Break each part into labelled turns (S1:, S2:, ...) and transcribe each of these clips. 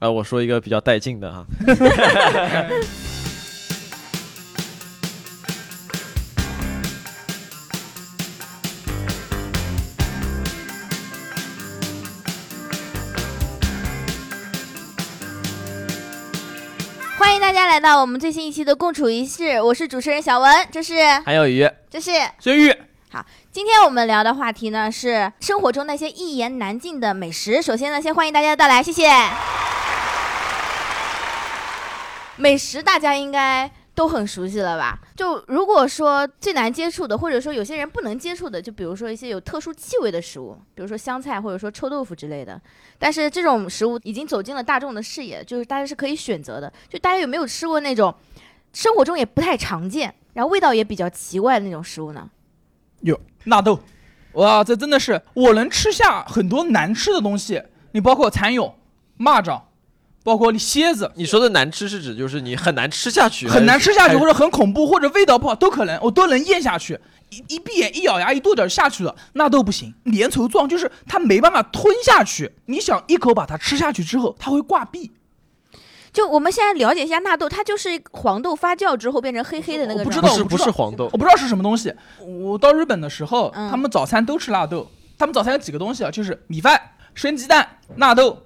S1: 呃，我说一个比较带劲的哈。
S2: 欢迎大家来到我们最新一期的《共处一室》，我是主持人小文，这是
S1: 还有鱼，
S2: 这是
S1: 越狱，
S2: 今天我们聊的话题呢是生活中那些一言难尽的美食。首先呢，先欢迎大家的到来，谢谢。美食大家应该都很熟悉了吧？就如果说最难接触的，或者说有些人不能接触的，就比如说一些有特殊气味的食物，比如说香菜或者说臭豆腐之类的。但是这种食物已经走进了大众的视野，就是大家是可以选择的。就大家有没有吃过那种生活中也不太常见，然后味道也比较奇怪的那种食物呢？
S3: 纳豆，哇，这真的是我能吃下很多难吃的东西，你包括蚕蛹、蚂蚱，包括蝎子，
S1: 你说的难吃是指就是你很难吃下去，
S3: 很难吃下去，
S1: 还
S3: 或者很恐怖，或者味道不好都可能，我都能咽下去。一一闭眼一咬牙一跺脚就下去了，纳豆不行，粘稠状，就是它没办法吞下去。你想一口把它吃下去之后，它会挂壁。
S2: 就我们现在了解一下纳豆，它就是黄豆发酵之后变成黑黑的那个
S3: 我不知
S2: 状
S1: 不
S3: 道
S2: 态。
S1: 是
S3: 我
S1: 不
S3: 知道
S1: 是黄豆
S3: 我不知道是什么东西。我到日本的时候，
S2: 嗯
S3: 他们早餐都吃纳豆。他们早餐有几个东西啊？就是米饭、生鸡蛋、纳豆。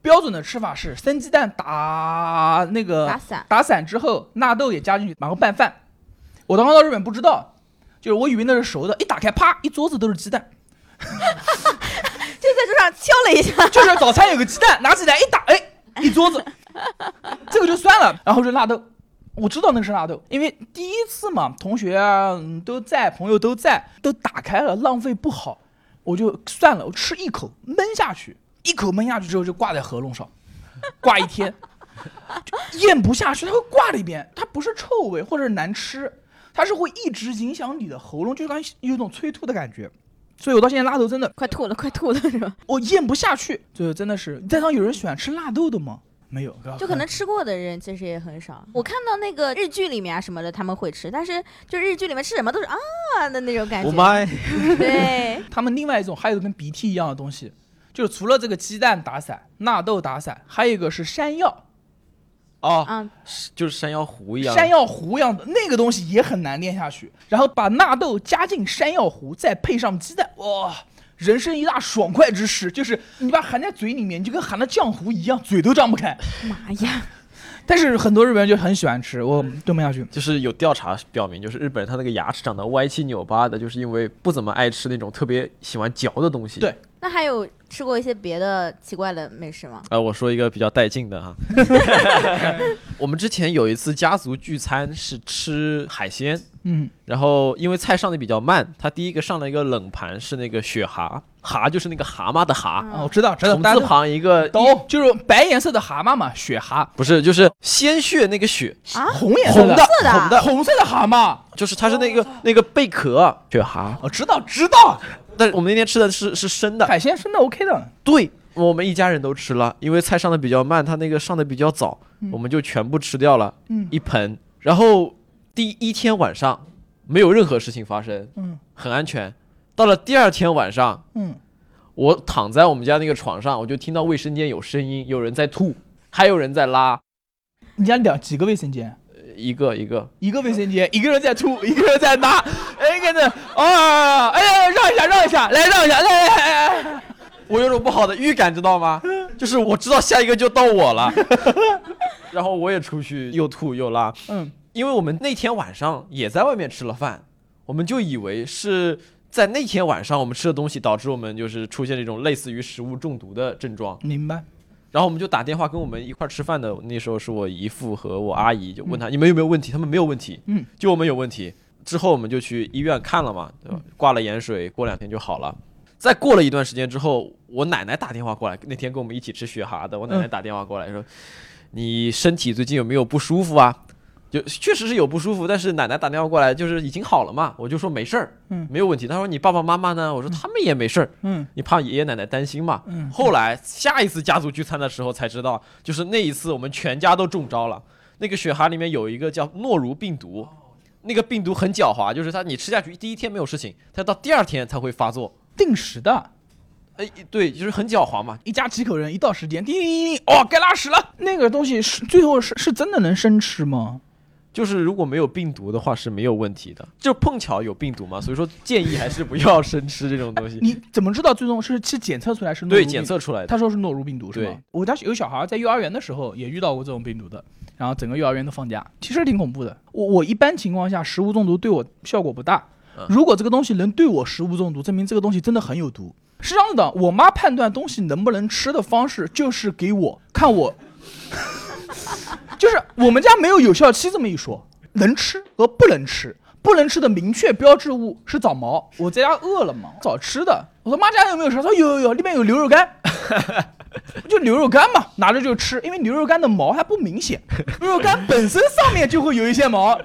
S3: 标准的吃法是生鸡蛋打那个
S2: 打散
S3: 打散之后，纳豆也加进去，然后拌饭。我当时到日本不知道，就是我以为那是熟的，一打开啪，一桌子都是鸡蛋，
S2: 就在桌上敲了一下，
S3: 就是早餐有个鸡蛋，拿起来一打，哎，一桌子，这个就算了。然后是纳豆，我知道那个是纳豆，因为第一次嘛，同学啊、嗯都在，朋友都在，都打开了，浪费不好，我就算了，我吃一口闷下去，一口闷下去之后就挂在喉咙上，挂一天，就咽不下去，它会挂里边，它不是臭味或者是难吃，它是会一直影响你的喉咙，就感觉有一种催吐的感觉。所以我到现在拉豆真的
S2: 快吐了，快吐了是吧？
S3: 我咽不下去，这真的是。在场有人喜欢吃纳豆的吗？没有，
S2: 就可能吃过的人其实也很少。我看到那个日剧里面啊什么的，他们会吃，但是就日剧里面吃什么都是啊的那种感
S1: 我
S2: 觉。
S1: 妈，
S2: 对，
S3: 他们另外一种还有跟鼻涕一样的东西，就是除了这个鸡蛋打散、纳豆打散，还有一个是山药，
S1: 哦，
S2: 啊，
S1: 就是山药糊一样，
S3: 山药糊一样的那个东西也很难咽下去。然后把纳豆加进山药糊，再配上鸡蛋，哇！人生一大爽快之事，就是你把它含在嘴里面，你就跟含了浆糊一样，嘴都张不开。
S2: 妈呀，
S3: 但是很多日本人就很喜欢吃，我
S1: 嗯
S3: 吞不下去。
S1: 就是有调查表明，就是日本人他那个牙齿长得歪七扭八的，就是因为不怎么爱吃那种特别喜欢嚼的东西。
S3: 对
S2: 那还有吃过一些别的奇怪的美食吗？
S1: 呃，我说一个比较带劲 的哈，我们之前有一次家族聚餐是吃海鲜，
S3: 嗯，
S1: 然后因为菜上的比较慢，他第一个上了一个冷盘是那个雪蛤，蛤就是那个蛤蟆的蛤，
S3: 啊，我知道，知道，
S1: 虫
S3: 大
S1: 字
S3: 家
S1: 旁一个
S3: 都懂就是白颜色的蛤蟆嘛，雪蛤。
S1: 不是就是鲜血那个血，
S2: 啊
S3: 红颜
S1: 红
S3: 的
S1: 的
S2: 色的啊
S1: 红的，
S3: 红色的蛤蟆。
S1: 就是它是那个那个贝壳啊雪蛤，
S3: 哦我知道知道，
S1: 但是我们那天吃的是是生的，
S3: 海鲜生的 OK 的。
S1: 对我们一家人都吃了，因为菜上的比较慢，它那个上的比较早，我们就全部吃掉了。
S3: 嗯
S1: 一盆，然后第一天晚上没有任何事情发生，
S3: 嗯
S1: 很安全。到了第二天晚上，
S3: 嗯，
S1: 我躺在我们家那个床上，我就听到卫生间有声音，有人在吐，还有人在拉，呃
S3: 你家两几个卫生间？
S1: 一个一个。
S3: 一个卫生间，一个人在 吐，一个人在拿。哎，看这，啊，哎呀，让一下，让一下，来让一下，来来来来。
S1: 我有种不好的预感，知道吗？就是我知道下一个就到我了， 然后我也出去又吐又拉，
S3: 嗯，
S1: 因为我们那天晚上也在外面吃了饭，我们就以为是在那天晚上我们吃的东西导致我们就是出现这种类似于食物中毒的症状，
S3: 明白。
S1: 然后我们就打电话跟我们一块儿吃饭的，那时候是我姨父和我阿姨，就问他、你们有没有问题，他们没有问题，
S3: 嗯，
S1: 就我们有问题。之后我们就去医院看了嘛，对
S3: 嗯
S1: 吧？挂了盐水，过两天就好了。再过了一段时间之后，我奶奶打电话过来，那天跟我们一起吃雪蛤的，我奶奶打电话过来
S3: 嗯
S1: 说：“你身体最近有没有不舒服啊？”就确实是有不舒服，但是奶奶打电话过来就是已经好了嘛，我就说没事儿，
S3: 嗯
S1: 没有问题。她说你爸爸妈妈呢？我说他们也没事儿，
S3: 嗯
S1: 你怕爷爷奶奶担心嘛？
S3: 嗯
S1: 后来下一次家族聚餐的时候才知道，就是那一次我们全家都中招了。那个血蛤里面有一个叫诺如病毒，
S3: 哦
S1: 那个病毒很狡猾，就是它你吃下去第一天没有事情，它到第二天才会发作。
S3: 定时的。
S1: 哎，对，就是很狡猾嘛。
S3: 一家几口人，一到时间，叮叮叮叮，哦，该拉屎了。那个东西是最后是是真的能生吃吗？
S1: 就是如果没有病毒的话是没有问题的，就碰巧有病毒嘛，所以说建议还是不要生吃这种东西。
S3: 你怎么知道最终是去检测出来是诺如
S1: 对，
S3: 病
S1: 检测出来的。
S3: 他说是诺如病毒是吗
S1: 对？
S3: 我家有小孩在幼儿园的时候也遇到过这种病毒的，然后整个幼儿园都放
S1: 嗯
S3: 假，其实挺恐怖的。我我一般情况下食物中毒对我效果不大
S1: 嗯，
S3: 如果这个东西能对我食物中毒，证明这个东西真的很有毒。是这样子的，我妈判断东西能不能吃的方式就是给我看我， 就是我们家没有有效期这么一说，能吃和不能吃。不能吃的明确标志物是长毛。我在家饿了嘛，找吃的。我说妈家有没有啥？她说有有有，里面有牛肉干。就牛肉干嘛，拿着就吃，因为牛肉干的毛还不明显，牛肉干本身上面就会有一些毛，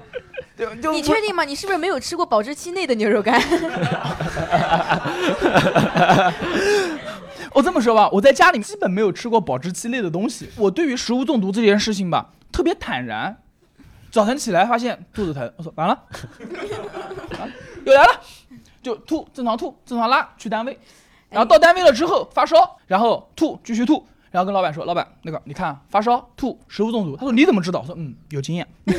S3: 对吧？就
S2: 你
S3: 不
S2: 确定吗？你是不是没有吃过保质期内的牛肉干？
S3: 哦我这么说吧，我在家里基本没有吃过保质期类的东西。我对于食物中毒这件事情吧，特别坦然。早晨起来发现肚子疼，我说完了， 完了又来了，就吐，正常吐，正常拉，去单位。然后到单位了之后发烧，然后吐，继续吐，然后跟老板说，老板那个你看啊发烧吐食物中毒，他说你怎么知道？我说嗯有经验， 就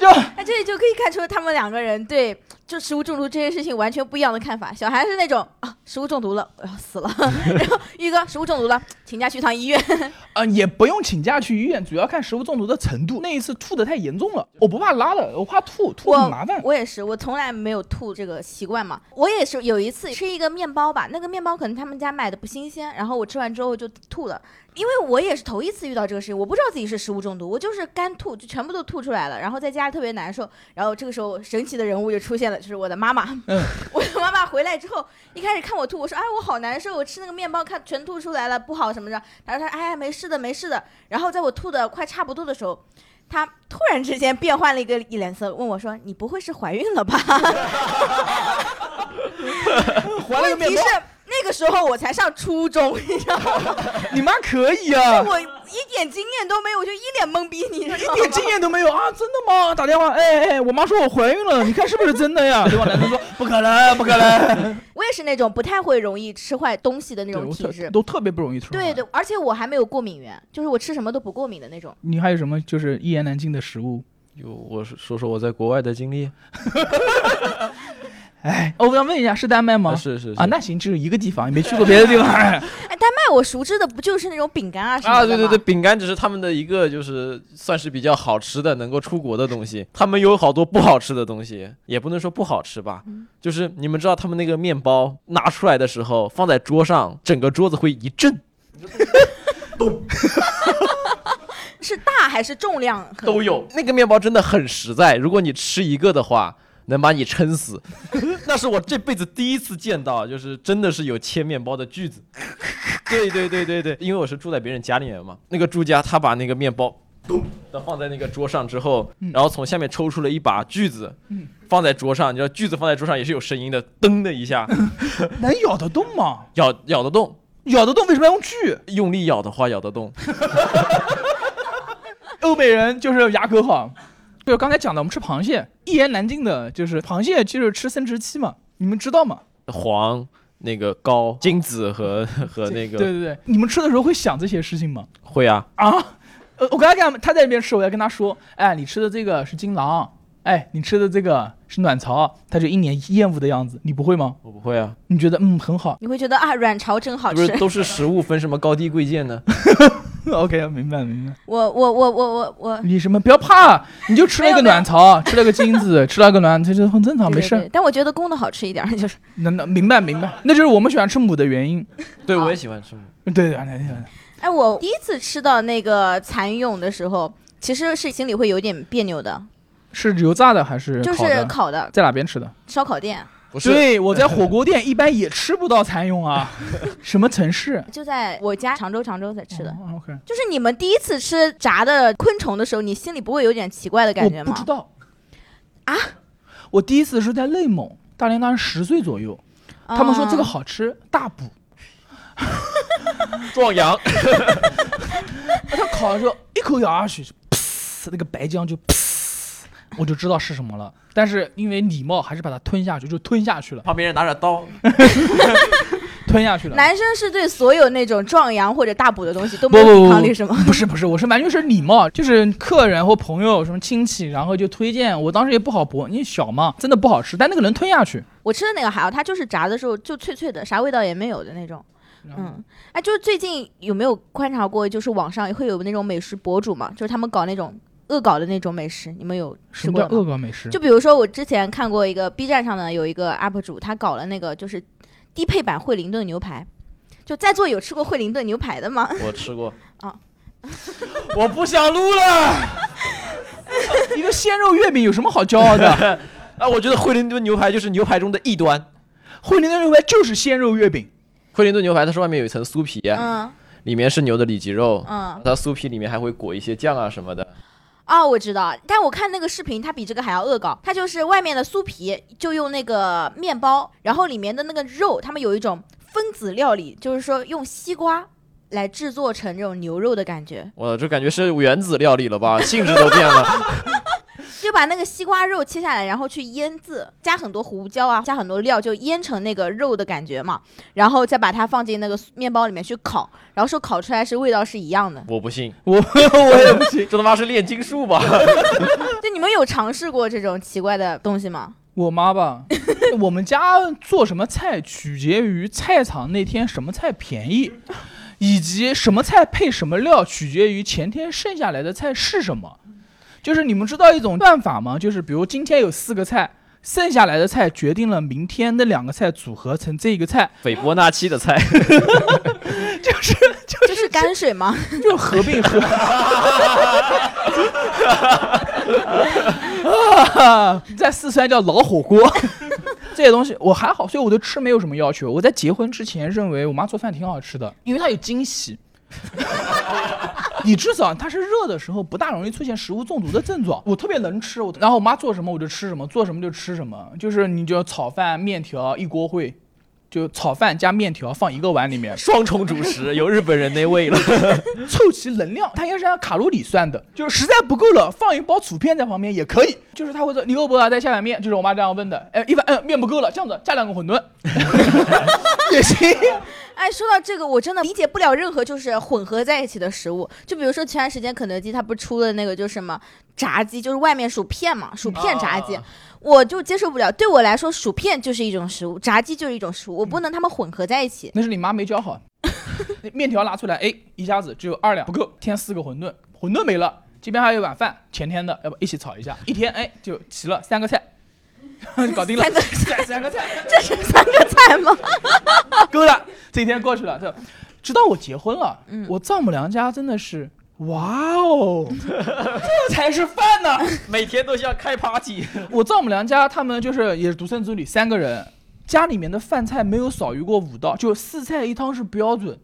S2: 那哎这里就可以看出他们两个人对就食物中毒这件事情完全不一样的看法。小韩是那种啊，食物中毒了，我要死了。 然后玉哥食物中毒了，请假去趟医院。
S3: 啊，也不用请假去医院，主要看食物中毒的程度。那一次吐的太严重了，我不怕拉的，我怕吐，吐很麻烦。
S2: 我也是，我从来没有吐这个习惯嘛。我也是有一次吃一个面包吧，那个面包可能他们家买的不新鲜，然后我吃完之后就吐了，因为我也是头一次遇到这个事情，我不知道自己是食物中毒，我就是干吐，就全部都吐出来了，然后在家里特别难受。然后这个时候神奇的人物就出现了，就是我的妈妈。
S3: 嗯
S2: 我的妈妈回来之后，一开始看我吐，我说哎我好难受，我吃那个面包看全吐出来了，不好什么的。然后她说哎没事的没事的。然后在我吐的快差不多的时候，她突然之间变换了一个一脸色，问我说你不会是怀孕了 吧？
S3: 还了个
S2: 问
S3: 面
S2: 题
S3: 包
S2: 是，那个时候我才上初 中，你知道吗？
S3: 你妈可以 啊，
S2: 我一点经验都没有，我就一脸懵逼，你知道
S3: 一
S2: 吗？
S3: 点经验都没有啊！真的吗？打电话，哎哎，我妈说我怀孕了，你看是不是真的呀？对吧？男生说不可能，不 可能。
S2: 我也是那种不太会容易吃坏东西的那
S3: 对，
S2: 种
S3: 我
S2: 体
S3: 特
S2: 质。
S3: 都特别不容易啊吃。
S2: 对对，，而且我还没有过敏源，就是我吃什么都不过敏的那种。
S3: 你还有什么就是一言难尽的食物？
S1: 有，我是说说我在国外的经历。
S3: 哎，我想问一下，是丹麦吗？
S1: 啊是是是
S3: 啊，那行，就是一个地方，你没去过别的地方。哎
S2: 哎，丹麦我熟知的不就是那种饼干啊什么
S1: 啊，
S2: 的吗？
S1: 对对对，饼干只是他们的一个，就是算是比较好吃的，能够出国的东西。他们有好多不好吃的东西，也不能说不好吃吧，
S2: 嗯
S1: 就是你们知道他们那个面包拿出来的时候，放在桌上，整个桌子会一震，
S2: 是大还是重量很？
S1: 都有。那个面包真的很实在，如果你吃一个的话。能把你撑死， 那是我这辈子第一次见到，就是真的是有切面包的 锯子。对对对对对，因为我是住在别人家里面嘛，那个住家他把那个面包嗯咚的放在那个桌上之后，然后从下面抽出了一把锯子，放在桌上，你知道锯子放在桌上也是有声音的，噔的一 下
S3: 能咬得动吗？
S1: 咬咬得动，
S3: 咬得动为什么要用锯？
S1: 用力咬的话咬得动。
S3: 欧美人就是牙口好，就是刚才讲的，我们吃螃蟹一言难尽的，就是螃蟹就是吃生殖器嘛，你们知道吗？
S1: 黄那个高金子和和那
S3: 对
S1: 个
S3: 对对，你们吃的时候会想这些事情吗？
S1: 会啊，
S3: 啊，呃，我刚才跟他们他在那边吃，我要跟他说，哎，你吃的这个是金狼，哎，你吃的这个是卵巢，他就一脸厌恶的样子，你不会吗？
S1: 我不会啊。
S3: 你觉得嗯很好
S2: 你会觉得啊，卵巢真好
S1: 不
S2: 吃
S1: 是。都是食物分什么高低贵贱呢？
S3: ，OK，明白明白。
S2: 我我我我我我，
S3: 你什么不要怕，你就吃了一个
S2: 没有没有
S3: 卵巢，吃了个精子，吃了个卵，这就很正常，
S2: 对
S3: 没
S2: 对
S3: 事
S2: 对。但我觉得公的好吃一点 儿，就是
S3: 那那明白明白，那就是我们喜欢吃母的原因。
S1: 对，我也喜欢吃。
S3: 对对对对对。
S2: 哎，我第一次吃到那个蚕蛹的时候，其实是心里会有点别扭的，
S3: 是油炸的还是
S2: 就
S3: 烤的？
S2: 是烤的
S3: 在哪边吃的？
S2: 烧烤店，
S1: 不是，
S3: 对，我在火锅店一般也吃不到蚕 蛹啊。什么城市？
S2: 就在我家常州常州才吃的。
S3: 哦，OK。
S2: 就是你们第一次吃炸的昆虫的时候，你心里不会有点奇怪的感觉
S3: 我
S2: 吗
S3: 不知？道
S2: 啊。
S3: 我第一次是在内蒙，大连当时十岁左右，他们说这个
S2: 嗯
S3: 好吃，大补。
S1: 壮阳。
S3: 他烤的时候一口咬下去，噗，那个白浆就噗，我就知道是什么了。但是因为礼貌，还是把它吞下去，就吞下去了。
S1: 旁边人拿着刀，
S3: 吞吞下去了。
S2: 男生是对所有那种壮阳或者大补的东西都
S3: 不
S2: 没有
S3: 不
S2: 抵
S3: 不
S2: 抗力，是吗？
S3: 不是不是，我是完全是礼貌，就是客人或朋友什么亲戚，然后就推荐，我当时也不好驳，因为小嘛，真的不好吃，但那个能吞下去。
S2: 我吃的那个还好，它就是炸的时候就脆脆的，啥味道也没有的那种。嗯，哎，就是最近有没有观察过，就是网上会有那种美食博主嘛，就是他们搞那种恶搞的那种美食，你们有吃
S3: 什
S2: 过
S3: 么
S2: 吗
S3: 叫恶搞美食？
S2: 就比如说，我之前看过一个 B 站上呢，有一个 UP 主，他搞了那个就是低配版惠灵顿牛排。就在座有吃过惠灵顿牛排的吗？
S1: 我吃过，
S2: 哦
S3: 我不想录了。一个鲜肉月饼有什么好骄 傲的？
S1: 啊，我觉得惠灵顿牛排就是牛排中的异端。
S3: 惠灵顿牛排就是鲜肉月饼，
S1: 惠灵顿牛排它是外面有一层酥皮，啊
S2: 嗯
S1: 里面是牛的里脊肉，
S2: 嗯，
S1: 它酥皮里面还会裹一些酱啊什么的。
S2: 哦，我知道，但我看那个视频，它比这个还要恶搞。它就是外面的酥皮，就用那个面包，然后里面的那个肉，他们有一种分子料理，就是说用西瓜来制作成这种牛肉的感觉，
S1: 我这感觉是原子料理了吧， 性质都变了。
S2: 就把那个西瓜肉切下来，然后去腌制，加很多胡椒啊，加很多料，就腌成那个肉的感觉嘛，然后再把它放进那个面包里面去烤，然后说烤出来是味道是一样的。
S1: 我不信，
S3: 我 我也不行。
S1: 这他妈是炼金术 吧？
S2: 就你们有尝试过这种奇怪的东西吗？
S3: 我妈吧，我们家做什么菜取决于菜场那天什么菜便宜，以及什么菜配什么料，取决于前天剩下来的菜是什么。就是你们知道一种办法吗？就是比如今天有四个菜，剩下来的菜决定了明天那两个菜组合成这一个菜，
S1: 斐波那契的菜，
S3: 就是
S2: 这是泔水吗？
S3: 就合并合。啊，在四川叫老火 锅。这些东西我还好，所以我对吃没有什么要求。我在结婚之前认为我妈做饭挺好吃的，因为她有惊 喜。你至少它是热的时候不大容易出现食物中毒的症状。我特别能吃，我然后我妈做什么我就吃什么，做什么就吃什么，就是你就炒饭、面条一锅烩，就炒饭加面条放一个碗里面，
S1: 双重主食，有日本人那味了。
S3: 凑齐能量，它应该是按卡路里算的，就是实在不够了，放一包薯片在旁边也可以。就是他会说你饿不饿啊？再下碗面，就是我妈这样问的。哎，一碗嗯面不够了，这样子加两个 馄饨也行。
S2: 哎，说到这个，我真的理解不了任何就是混合在一起的食物。就比如说前段时间肯德基它不出了那个就是什么炸鸡，就是外面薯片嘛，薯片炸鸡，
S3: 啊
S2: 我就接受不了。对我来说，薯片就是一种食物，炸鸡就是一种食物，我不能它们混合在一起。
S3: 那是你妈没教好， 面条拿出来，哎，一下子只有二两，不够，添四个馄饨，馄饨没了，这边还有一碗饭，前天的，要不一起炒一下，一天哎就齐了，三个菜。 就搞定了，
S2: 三个
S3: 三 三个菜，
S2: 这是三个菜 吗？
S3: 够了，这一天过去了，这直到我结婚了，我丈母娘家真的是。哇哦，这才是饭呢！
S1: 每天都像开 party，
S3: 我丈母娘家他们就是也是独生子女，三个人，家里面的饭菜没有少于过五道，就四菜一汤是标准。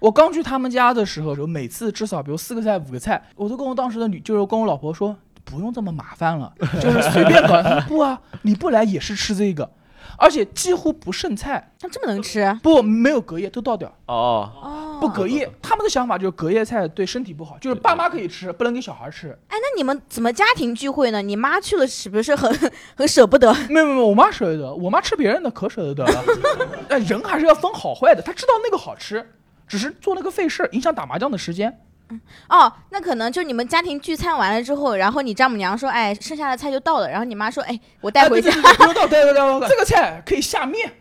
S3: 我刚去他们家的时候，就每次至少比如四个菜五个菜，我都跟我当时的女，就是跟我老婆说，不用这么麻烦了，就是随便搞。她说不啊，你不来也是吃这个，而且几乎不剩菜，
S2: 它这么能吃？
S3: 不没有隔夜都倒掉。
S1: 哦，
S2: 哦，
S3: 不隔夜，他们的想法就是隔夜菜对身体不好，就是爸妈可以吃，不能给小孩吃。
S2: 哎，那你们怎么家庭聚会呢？你妈去了是不是很 很舍不得？
S3: 没有没有，没有我妈舍得得，我妈吃别人的可舍得得了。 哎，人还是要分好坏的，她知道那个好吃，只是做那个费事儿，影响打麻将的时间。
S2: 哦，那可能就你们家庭聚餐完了之后，然后你丈母娘说，哎，剩下的菜就到了，然后你妈说，哎，我带回家。
S3: 啊对对对不用
S1: 哦
S3: 倒，对对 对对对这个菜可以下面，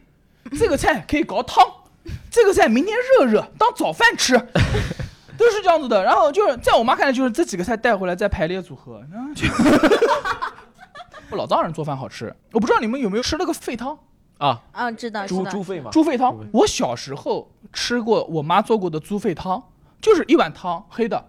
S3: 这个菜可以搞汤，这个菜明天热热当早饭吃。 都是这样子的，然后就是在我妈看来，就是这几个菜带回来再排列组合，然后就 我老丈人做饭好吃，我不知道你们有没有吃那个肺汤，
S1: 啊，
S2: 啊，知道知
S1: 猪
S2: 道。
S1: 猪肺嘛，
S3: 猪肺汤
S1: 猪肺。
S3: 我小时候吃过我妈做过的猪肺汤，就是一碗汤，黑的。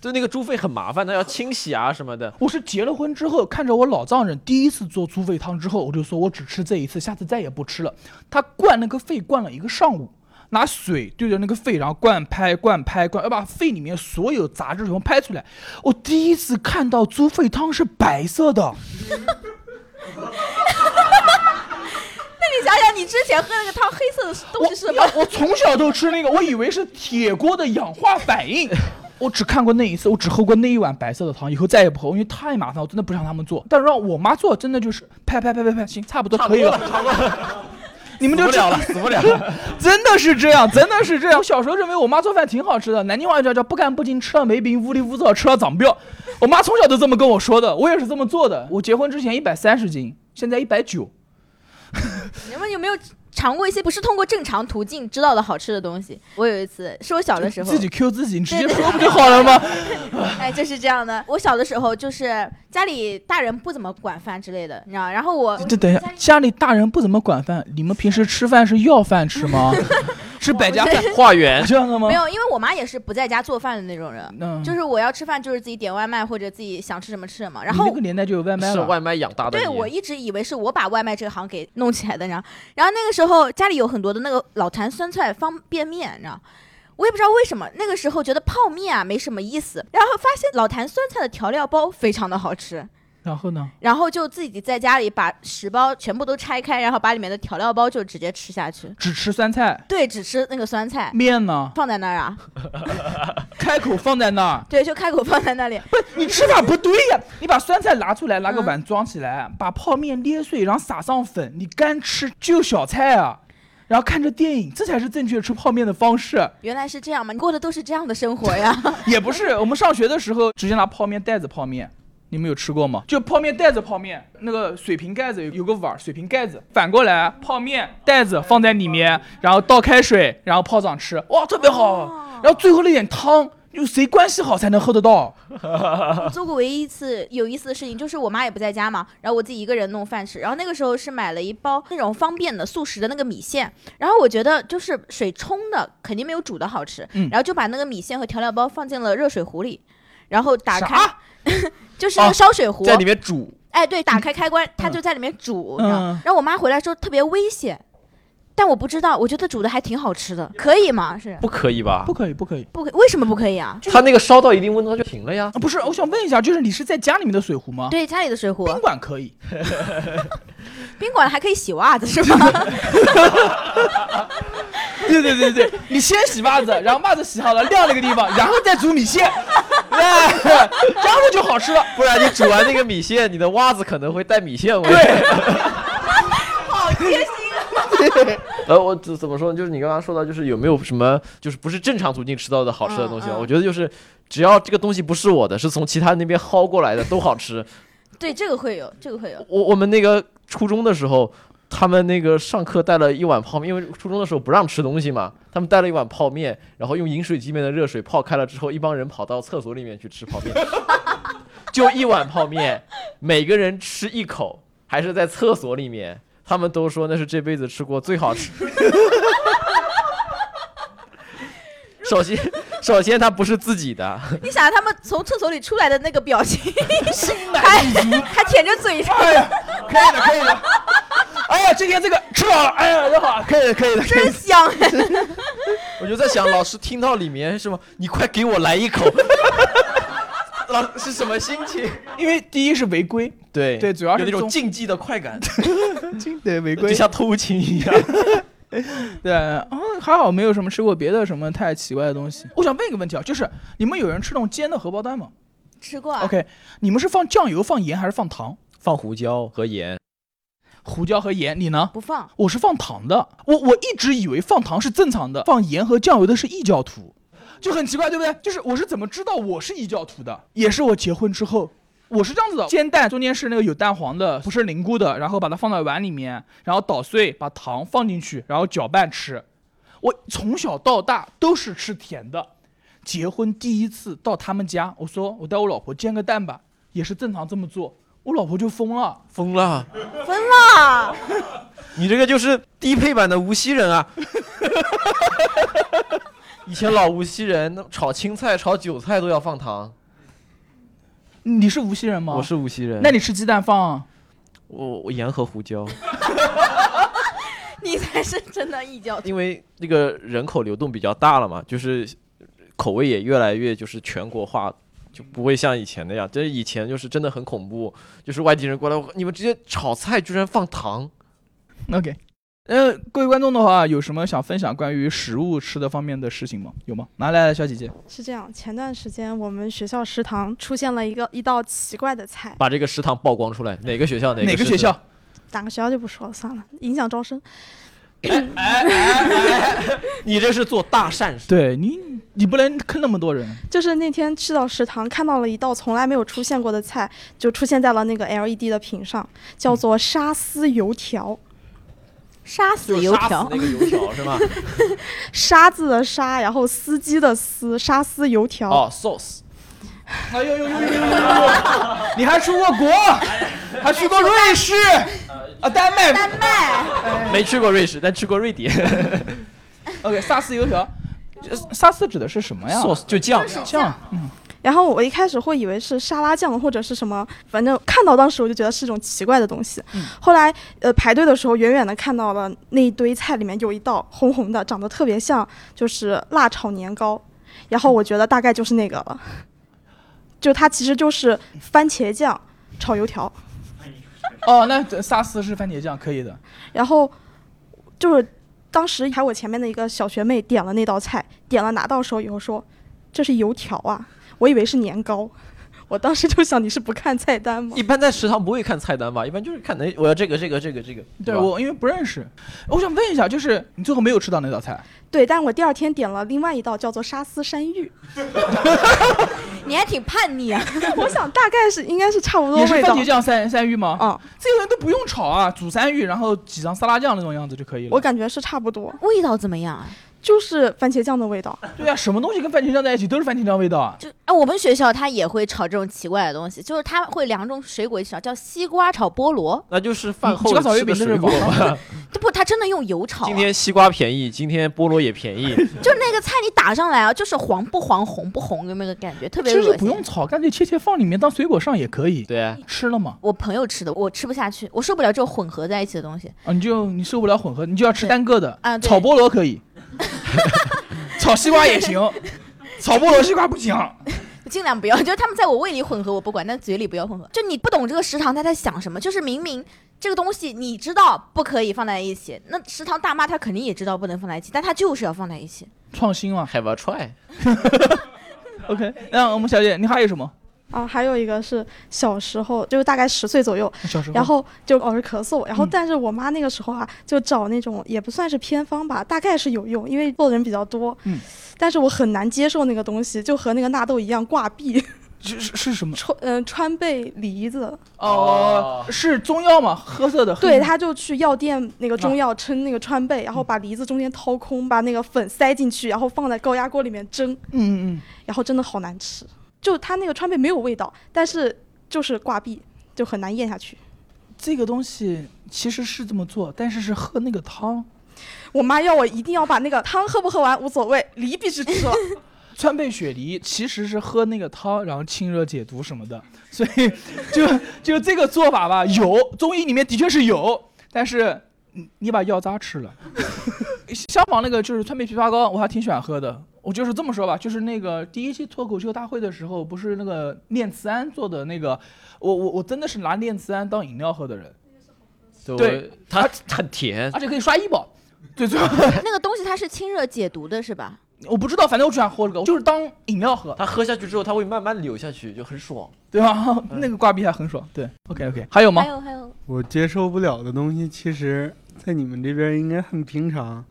S1: 就那个猪肺很麻烦，它要清洗啊什么 的。
S3: 我是结了婚之后，看着我老丈人第一次做猪肺汤之后，我就说我只吃这一次，下次再也不吃了。他灌那个肺灌了一个上午，拿水对着那个肺，然后灌拍灌拍灌，要把肺里面所有杂质全部拍出来。我第一次看到猪肺汤是白色的。
S2: 那你想想，你之前喝那个汤，黑色的东西是什么？
S3: 我我从小都吃那个，我以为是铁锅的氧化反应。我只看过那一次，我只喝过那一碗白色的汤，以后再也不喝，因为太麻烦，我
S1: 哎
S3: 真的不想他们做。但是让我妈做，真的就是拍拍拍拍拍，行，差不多可以了。你们就知
S1: 死不了了， 死不了了。
S3: 真的是这样，真的是这样。我小时候认为我妈做饭挺好吃的，南京话叫叫不干不净，吃了没病，屋里屋灶吃了长膘。我妈从小都这么跟我说的，我也是这么做的。我结婚之前一百三十斤，现在一百九。
S2: 你们有没有尝过一些不是通过正常途径知道的好吃的东西？我有一次是我小的时候
S3: 自，己 Q 自己，你直接说不就好了吗？
S2: 哎，就是这样的。我小的时候就是家里大人不怎么管饭之类的，你知道。然后我
S3: 这等一下，家里大人不怎么管饭，你们平时吃饭是要饭 吃吗？吃百家饭
S1: 化 缘，
S3: 这样的吗
S2: 没？有，因为我妈也是不在家做饭的那种人，
S3: 哦嗯，
S2: 就是我要吃饭就是自己点外卖或者自己想吃什么吃什么。然
S3: 你
S2: 后
S3: 那个年代就有外卖
S1: 是
S3: 了。
S1: 外卖养大的你。
S2: 对我一直以为是我把外卖这个行给弄起来的，你知道。然后那个时候家里有很多的那个老坛酸菜方便面，你知道。我也不知道为什么，那个时候觉得泡面啊没什么意思，然后发现老坛酸菜的调料包非常的好吃，
S3: 然后呢？
S2: 然后就自己在家里把十包全部都拆开，然后把里面的调料包就直接吃下去。
S3: 只吃酸菜，
S2: 对，只吃那个酸菜，
S3: 面呢？
S2: 放在那儿啊，
S3: 开口放在那儿。
S2: 对，就开口放在那里。
S3: 不是你吃法不对呀、 你把酸菜拿出来，拿个碗装起来，把泡面捏碎，然后撒上粉，你干吃就小菜啊，然后看着电影，这才是正确吃泡面的方式。
S2: 原来是这样吗？你过的都是这样的生 活呀？
S3: 也不是，我们上学的时候直接拿泡面袋子泡面，你们有吃过吗？就泡面袋子泡面，那个水瓶盖子有有个碗儿，水瓶盖子反过来，泡面袋子放在里面，然后倒开水，然后泡上吃，哇，特别好。然后最后那点汤，就谁关系好才能喝得到。
S2: 我做过唯一一次有意思的事情，就是我妈也不在家嘛，然后我自己一个人弄饭吃。然后那个时候是买了一包那种方便的速食的那个米线，然后我觉得就是水冲的肯定没有煮的好吃，
S3: 嗯
S2: 然后就把那个米线和调料包放进了热水壶里，然后打开
S3: 啥，
S2: 就是那
S1: 哦
S2: 个烧水壶，
S1: 在里面嗯煮，
S2: 哎，对，打开开关，它就在里面煮，
S3: 嗯
S2: 你知道。然后我妈回来说特别危险，但我不知道，我觉得煮的还挺好吃的，可以吗？是
S1: 不可以吧
S3: 不？可以，不可以。
S2: 不可为什么不可以啊？
S1: 它那个烧到一定温度它就停了呀。
S3: 啊，不是，我想问一下，就是你是在家里面的水壶吗？
S2: 对，家里的水壶，
S3: 宾馆可以，
S2: 宾馆还可以洗袜子是吗？
S3: 对对对对，你先洗袜子，然后袜子洗好了晾那个地方，然后再煮米线， 哎，这样子就好吃了。
S1: 不然你煮完那个米线，你的袜子可能会带米线 味。
S2: 好贴心啊！
S1: 呃，我怎怎么说呢？就是你刚刚说到，就是有没有什么就是不是正常途径吃到的好吃的东西啊？
S2: 嗯嗯
S1: 我觉得就是只要这个东西不是我的，是从其他那边薅过来的，都好吃。
S2: 对，这个会有，这个会有。
S1: 我我们那个初中的时候，他们那个上课带了一碗泡面，因为初中的时候不让吃东西嘛，他们带了一碗泡面，然后用饮水机里面的热水泡开了之后，一帮人跑到厕所里面去吃泡面， 就一碗泡面，每个人吃一口，还是在厕所里面，他们都说那是这辈子吃过最好吃。 首先，首先它不是自己的，
S2: 你想他们从厕所里出来的那个表情，
S3: 心满意足。
S2: 还舔着嘴，
S3: 哎呀，可以的，可以的。哎呀，今天这个吃好了，哎呀，真好，
S1: 可以的，可以的，可以的
S2: 真香哎！
S1: 我就在想，老师听到里面是吗？你快给我来一口！ 老是什么心情？
S3: 因为第一是违规，
S1: 对
S3: 对主要
S1: 有
S3: 是
S1: 那种
S3: 中
S1: 竞技的快 感，
S3: 对违
S1: 就像偷情一样。
S3: 对，嗯，还好没有什么吃过别的什么太奇怪的东西。我想问一个问题啊，就是你们有人吃那种煎的荷包蛋吗
S2: 吃过啊？
S3: ？OK，你们是放酱油、放盐还是放糖？
S1: 放胡椒和盐，
S3: 胡椒和盐，你呢？
S2: 不放，
S3: 我是放糖的，我我一直以为放糖是正常的，放盐和酱油的是异教徒，就很奇怪，对不对？就是我是怎么知道我是异教徒的？也是我结婚之后，我是这样子的：煎蛋中间是那个有蛋黄的，不是凝固的，然后把它放到碗里面，然后捣碎，把糖放进去，然后搅拌吃。我从小到大都是吃甜的。结婚第一次到他们家，我说我带我老婆煎个蛋吧，也是正常这么做，我老婆就疯了。
S1: 疯了！
S2: 分了。
S1: 你这个就是低配版的无锡人啊！ 以前老无锡人那炒青菜、炒韭菜都要放糖，
S3: 你是无锡人吗？
S1: 我是无锡人。
S3: 那你吃鸡蛋放啊、
S1: 我我盐和胡椒，
S2: 你才是真的异教徒。
S1: 因为那个人口流动比较大了嘛，就是口味也越来越就是全国化，就不会像以前那样。就是以前就是真的很恐怖，就是外地人过来，你们直接炒菜居然放糖，
S3: OK，呃，各位观众的话，有什么想分享关于食物吃的方面的事情吗？有吗？来来来，小姐姐，
S4: 是这样，前段时间我们学校食堂出现了一个一道奇怪的菜，
S1: 把这个食堂曝光出来，哪个学校哪
S3: 哪
S1: 个市
S3: 个学校？
S4: 哪个学校就不说了，算了，影响招生。
S1: 哎你这是做大善事。
S3: 对你，你不能坑那么多人。
S4: 就是那天去到食堂，看到了一道从来没有出现过的菜，就出现在了那个 LED 的屏上，叫做沙司油条。
S2: 杀
S1: 就
S2: 死
S1: 是
S2: 油
S1: 杀死
S2: 条，
S1: 那个油条 是吗？
S4: 沙字的沙，然后司机的司，沙司油条。
S1: 哦，sauce，
S3: 哎呦呦呦呦呦呦！你还出过国，还去过瑞士，啊，丹麦。
S2: 丹麦，
S1: 没去过瑞士，但去过瑞典。
S3: OK，萨斯油条，这呃萨斯指的是什么呀
S1: sauce 就酱，
S3: 酱，
S4: 然后我一开始会以为是沙拉酱或者是什么，反正看到当时我就觉得是一种奇怪的东西。后来呃排队的时候，远远的看到了那一堆菜里面有一道红红的，长得特别像就是辣炒年糕，然后我觉得大概就是那个了，就它其实就是番茄酱炒油条，
S3: 哦，那这萨斯是番茄酱，可以的。
S4: 然后就是当时排我前面的一个小学妹点了那道菜，点了拿到手以后说这是油条啊，我以为是年糕。 我当时就想，你是不看菜单吗？
S1: 一般在食堂不会看菜单吧？一般就是看哎，我要这个这个这个这个。
S3: 对
S1: 吧
S3: 我因为不认识，我想问一下，就是你最后没有吃到那道菜，
S4: 对，但我第二天点了另外一道叫做沙司山芋，
S2: 你还挺叛逆啊！
S4: 我想大概是应该是差不多
S3: 也是
S4: 味
S3: 番
S4: 道
S3: 茄。酱三三芋吗？
S4: 嗯，
S3: 这个人都不用炒啊，煮三芋，然后挤上沙拉酱那种样子就可以了。
S4: 我感觉是差不多，
S2: 味道怎么样啊？
S4: 就是番茄酱的味道。
S3: 对啊，什么东西跟番茄酱在一起都是番茄酱味道啊。
S2: 就哎，我们学校它也会炒这种奇怪的东西，就是它会两种水果一起炒，叫西瓜炒菠萝。
S1: 那就是饭后
S3: 你这个草
S1: 吃
S3: 莓
S1: 的
S3: 饼真是
S1: 水果
S3: 王
S1: 吧。
S2: 这不，它真的用油炒、啊。
S1: 今天西瓜便宜，今天菠萝也便宜。
S2: 就那个菜你打上来啊，就是黄不黄、红不红，有没有感觉特别
S3: 其
S2: 恶
S3: 实
S2: 心？
S3: 不用炒，干脆切切放里面当水果上也可以。
S1: 对啊，
S3: 吃了嘛，
S2: 我朋友吃的，我吃不下去，我受不了这种混合在一起的东西。
S3: 啊，你就你受不了混合，你就要吃
S2: 对
S3: 单个的。
S2: 啊对
S3: 炒菠萝可 以，炒西瓜也行，炒菠萝西瓜不行。
S2: 尽量不要， 就是他们在我胃里混合，我不管，但嘴里不要混合。就你不懂这个食堂他在想什么，就是明明这个东西你知道不可以放在一起，那食堂大妈她肯定也知道不能放在一起，但她就是要放在一起。
S3: 创新嘛
S1: Have a try。
S3: ，OK。那我们小姐，你还有什么？
S4: 啊，还有一个是小时候，就是大概十岁左右，
S3: 小时候，
S4: 然后就老是咳嗽，然后
S3: 嗯
S4: 但是我妈那个时候啊，就找那种也不算是偏方吧，大概是有用，因为做人比较多。
S3: 嗯。
S4: 但是我很难接受那个东西，就和那个纳豆一样挂壁、
S3: 是是是什么？
S4: 川嗯、川贝梨子。
S3: 哦，是中药吗？啊嗯褐色的。
S4: 对，
S3: 黑
S4: 他就去药店那个中药称那个川贝，然后把梨子中间掏空，把那个粉塞进去，然后放在高压锅里面蒸，
S3: 嗯嗯嗯。
S4: 然后真的好难吃。就它那个川贝没有味道，但是就是挂壁，就很难咽下去。
S3: 这个东西其实是这么做，但是是喝那个汤。
S4: 我妈要我一定要把那个汤喝不喝完无所谓，梨必须吃了。
S3: 川贝雪梨其实是喝那个汤，然后清热解毒什么的，所以就就这个做法吧，有中医里面的确是有，但是你你把药渣吃了。 相仿那个就是川贝枇杷膏，我还挺喜欢喝的。我就是这么说吧，就是那个第一期脱口秀大会的时候，不是那个念慈庵做的那个，我我我真的是拿念慈庵当饮料喝的人，对，
S1: 我它很甜
S3: 而。且可以刷医保。对，最后
S2: 那个东西它是清热解毒的，是吧？
S3: 我不知道，反正我喜欢喝这个，就是嗯当饮料喝。
S1: 它喝下去之后，它会慢慢流下去，就很爽。
S3: 对吧？ 那个挂壁还很爽。对，OK OK，还有吗
S2: 还？有还有，
S5: 我接受不了的东西，其实在你们这边应该很平常。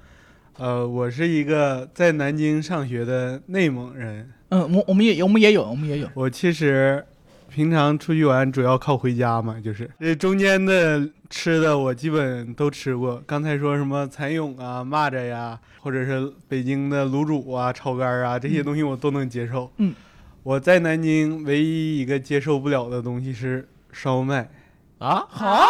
S5: 呃，我是一个在南京上学的内蒙人，
S3: 嗯，我我们也我们也有，我们也有。
S5: 我其实平常出去玩主要靠回家嘛，就是这中间的吃的我基本都吃过。刚才说什么蚕蛹啊、蚂蚱呀、或者是北京的卤煮啊、炒肝啊这些东西我都能接受。
S3: 嗯，
S5: 我在南京唯一一个接受不了的东西是烧麦。
S1: 啊，
S3: 啊，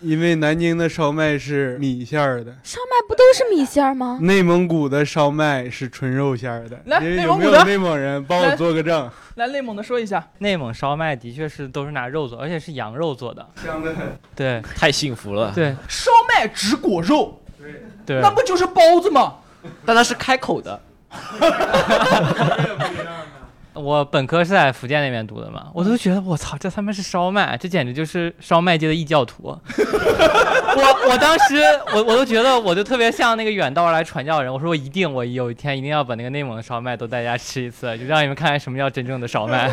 S5: 因为南京的烧麦是米馅儿的，
S2: 烧麦不都是米线儿吗？
S5: 内蒙古的烧麦是纯肉馅儿的。
S3: 来
S5: 你
S3: 内
S5: 有
S3: 蒙
S5: 没
S3: 古
S5: 有
S3: 的
S5: 内蒙人帮我
S3: 来
S5: 做个证？
S3: 来内蒙的说一下，
S6: 内蒙烧麦的确是都是拿肉做，而且是羊肉做的。
S5: 香的很。
S6: 对
S1: 太幸福了。
S6: 对
S3: 烧麦只裹肉，
S6: 对
S3: 那，不就是包子吗？
S1: 但它是开口的，
S6: 我本科是在福建那边读的嘛，我都觉得我操，这他妈是烧麦，这简直就是烧麦界的异教徒。 我我当时我我都觉得我就特别像那个远道而来传教人，我说我一定我有一天一定要把那个内蒙的烧麦都带大家吃一次，就让你们看看什么叫真正的烧麦。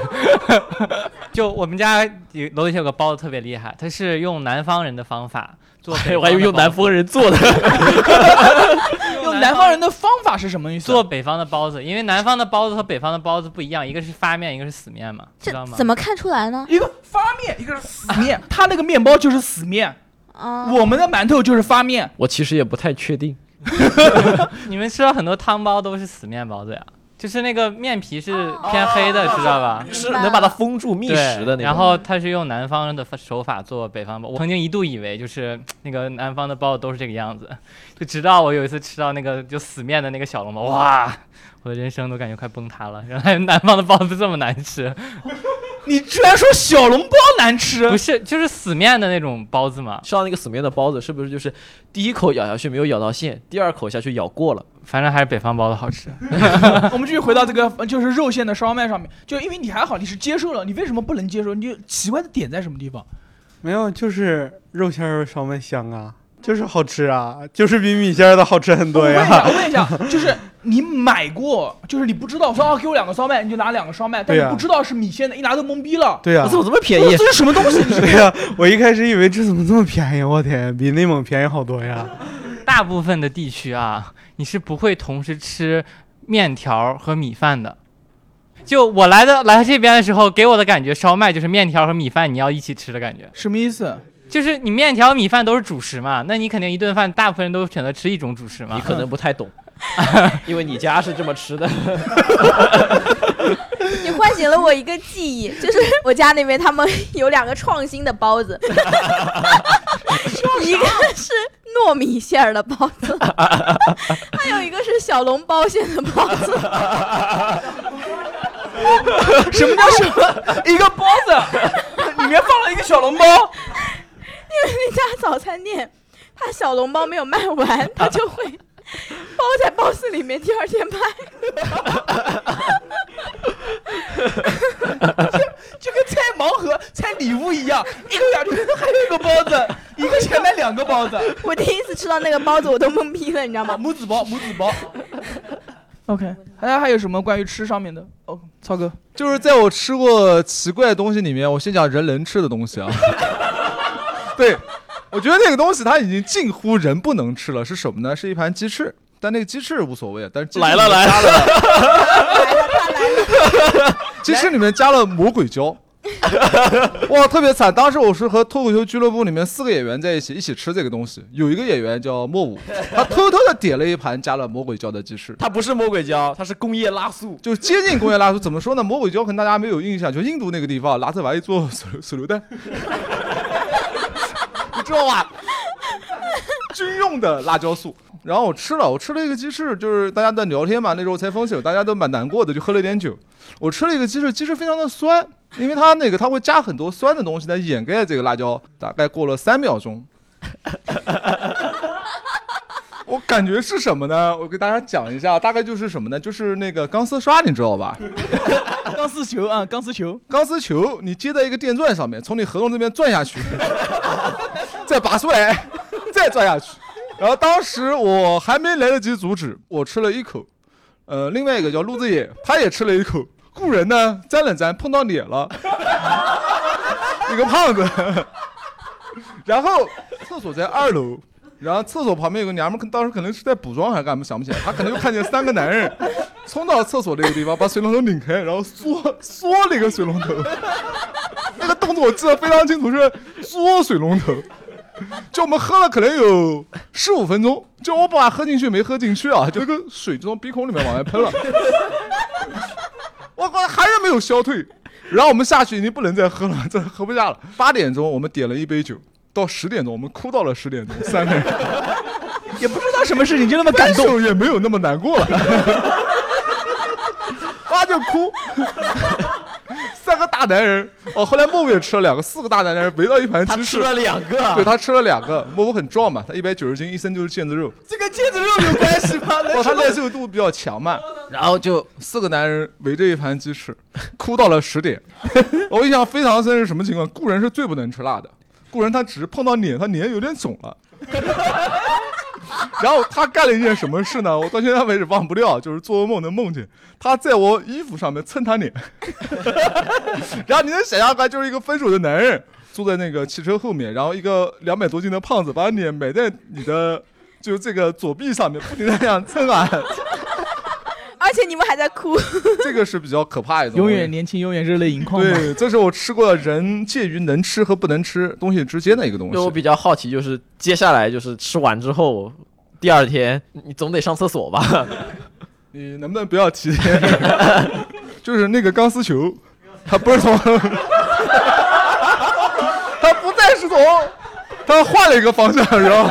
S6: 就我们家有楼底下有个包子特别厉害，它是用南方人的方法做
S1: 哎
S6: 北方的包子，
S1: 我还以为用南方人做的，
S3: 用南方人的方法是什么意
S1: 啊
S3: 思？
S6: 做北方的包子，因为南方的包子和北方的包子不一样，一个是发面，一个是死面嘛，知
S2: 这
S6: 道吗
S2: 怎？么看出来呢？
S3: 一个发面，一个是死面， 他那个面包就是死面，
S2: 啊，
S3: 我们的馒头就是发面。
S1: 我其实也不太确定。
S6: 你们吃了很多汤包都是死面包子呀，就是那个面皮是偏黑
S2: 哦
S6: 的，知道吧？
S1: 是能把它封住密
S6: 对
S1: 实的那种。
S6: 然后它是用南方的手法做北方包，我曾经一度以为就是那个南方的包子都是这个样子，就直到我有一次吃到那个就死面的那个小笼包，哇，我的人生都感觉快崩塌了，原来南方的包子这么难吃，
S3: 你居然说小笼包难吃
S6: 不？是就是死面的那种包子嘛，
S1: 吃到那个死面的包子，是不是就是第一口咬下去没有咬到馅，第二口下去咬过了？
S6: 反正还是北方包子好吃。
S3: 我们继续回到这个呃就是肉馅的烧麦上面，就因为你还好，你是接受了，你为什么不能接受？你就奇怪的点在什么地方？
S5: 没有，就是肉馅儿烧麦香啊，就是好吃啊，就是比米线儿的好吃很多
S3: 我问一
S5: 呀。
S3: 下，我问一下，就是你买过，就是你不知道说啊，给我两个烧麦，你就拿两个烧麦，但
S5: 对
S3: 你
S5: 呀
S3: 不知道是米线的，一拿都懵逼了。
S5: 对呀、啊
S1: 我怎么这么便
S3: 我 说
S1: 宜？
S3: 这是什么东西？啊你是
S5: 对呀、啊我一开始以为这怎么这么便宜，我天，比内蒙便宜好多呀。
S6: 大部分的地区啊，你是不会同时吃面条和米饭的。就我来的来这边的时候，给我的感觉，烧麦就是面条和米饭你要一起吃的感觉。
S3: 什么意思？
S6: 就是你面条、米饭都是主食嘛，那你肯定一顿饭大部分人都选择吃一种主食
S1: 你
S6: 嘛。
S1: 可能不 太懂，因为你家是这么吃的。
S2: 你唤醒了我一个记忆，就是我家那边他们有两个创新的包子，一个是糯米馅儿的包子，还有一个是小笼包馅的包子。
S3: 什么叫什么？一个包子里 面放了一个小笼包，
S2: 那家早餐店，他小笼包没有卖完，他就会包在包子里面，第二天卖。
S3: 就跟拆盲盒、拆礼物一样，一个下去还有一个包子，一个前面两个包子，
S2: 我第一次吃到那个包子，我都懵逼了，你知道
S3: 好
S2: 吗？
S3: 吧，母子包，母子包。OK，大家还有什么关于吃上面的？哦，超哥，
S7: 就是在我吃过奇怪的东西里面，我先讲人能吃的东 西啊。对，我觉得那个东西它已经近乎人不能吃了，是什么呢？是一盘鸡翅，但那个鸡翅无所谓，但是鸡翅
S1: 来了
S7: 里面
S1: 来
S7: 加了，
S2: 来了，他来了，
S7: 鸡翅里面加了魔 鬼椒。哇，特别惨！当时我是和脱口秀俱乐部里面四个演员在一起一起吃这个东西，有一个演员叫莫武，他偷偷的点了一盘加了魔鬼椒的鸡翅，
S1: 它不是魔鬼椒，它是工业拉素。
S7: 就接近工业拉出。怎么说呢？魔鬼椒可能大家没有印象，就印度那个地方拿这玩意做 手榴手榴弹，你知道吧？军用的辣椒素。然后我吃了，我吃了一个鸡翅，就是大家在聊天嘛，那时候才分手，大家都蛮难过的，就喝了一点酒。我吃了一个鸡翅，鸡翅非常的酸，因为它那个它会加很多酸的东西来掩盖这个辣椒。大概过了三秒钟，我感觉是什么呢？我给大家讲一下，大概就是什么呢？就是那个钢丝刷，你知道吧？
S3: 钢丝球啊，钢丝球，
S7: 钢丝球你接在一个电钻上面，从你喉咙这边转下去， 再拔出来， 再转下去。然后当时我还没来得及阻止，我吃了一口，呃，另外一个叫陆子野，他也吃了一口，故人呢沾了沾，碰到脸了， 一个胖子。 然后厕所在二楼，然后厕所旁边有个娘们儿，当时可能是在补妆还是干嘛，想不起来，她可能就看见三个男人冲到厕所那个地方，把水龙头拧开，然后缩缩了一个水龙头， 那个动作我记得非常清楚，是缩水龙头。就我们喝了可能有十五分钟，就我把喝进去没喝进去啊，就那个水就从鼻孔里面往外喷了， 我靠，还是没有消退。然后我们下去已经不能再喝了，再喝不下了。八点钟我们点了一杯酒，到十点钟我们哭到了十点钟，三个人。
S3: 也不知道什么事情就那么感
S7: 感
S3: 动。
S7: 动也没有那么难过了，他就哭。三个大男人哦，后来木木也吃了两个，四个大男人围到一盘
S1: 他
S7: 鸡
S1: 吃
S7: 翅，
S1: 了两
S7: 对
S1: 个，啊
S7: 他吃了两个。木木很壮嘛，他一百九十斤，一身就是腱子肉，
S3: 这跟腱子肉有关系吗？
S7: 哦，他耐受度比较强嘛。然后就四个男人围着一盘鸡 翅，哭到了十点。 我印象非常深是什么情况？故人是最不能吃辣的，故人他只是碰到脸，他脸有点肿了。 然后他干了一件什么事呢？我到现在为止忘不掉，就是做噩梦能梦见他在我衣服上面蹭他脸， 然后你能想象出来，就是一个分手的男人坐在那个汽车后面，然后一个两百多斤的胖子把脸埋在你的就是这个左臂上面，不停的这样蹭啊，
S2: 而且你们还在哭，
S7: 这个是比较可怕一种。
S3: 永远年轻，永远热泪盈眶嘛。
S7: 对，这是我吃过的人介于能吃和不能吃东西之间的一个东西。
S1: 就我比较好奇，就是接下来就是吃完之后，第二天你总得上厕所吧？
S7: 你能不能不要提？ 就是那个钢丝球，它不是从， 它不再是从，它换了一个方向，然后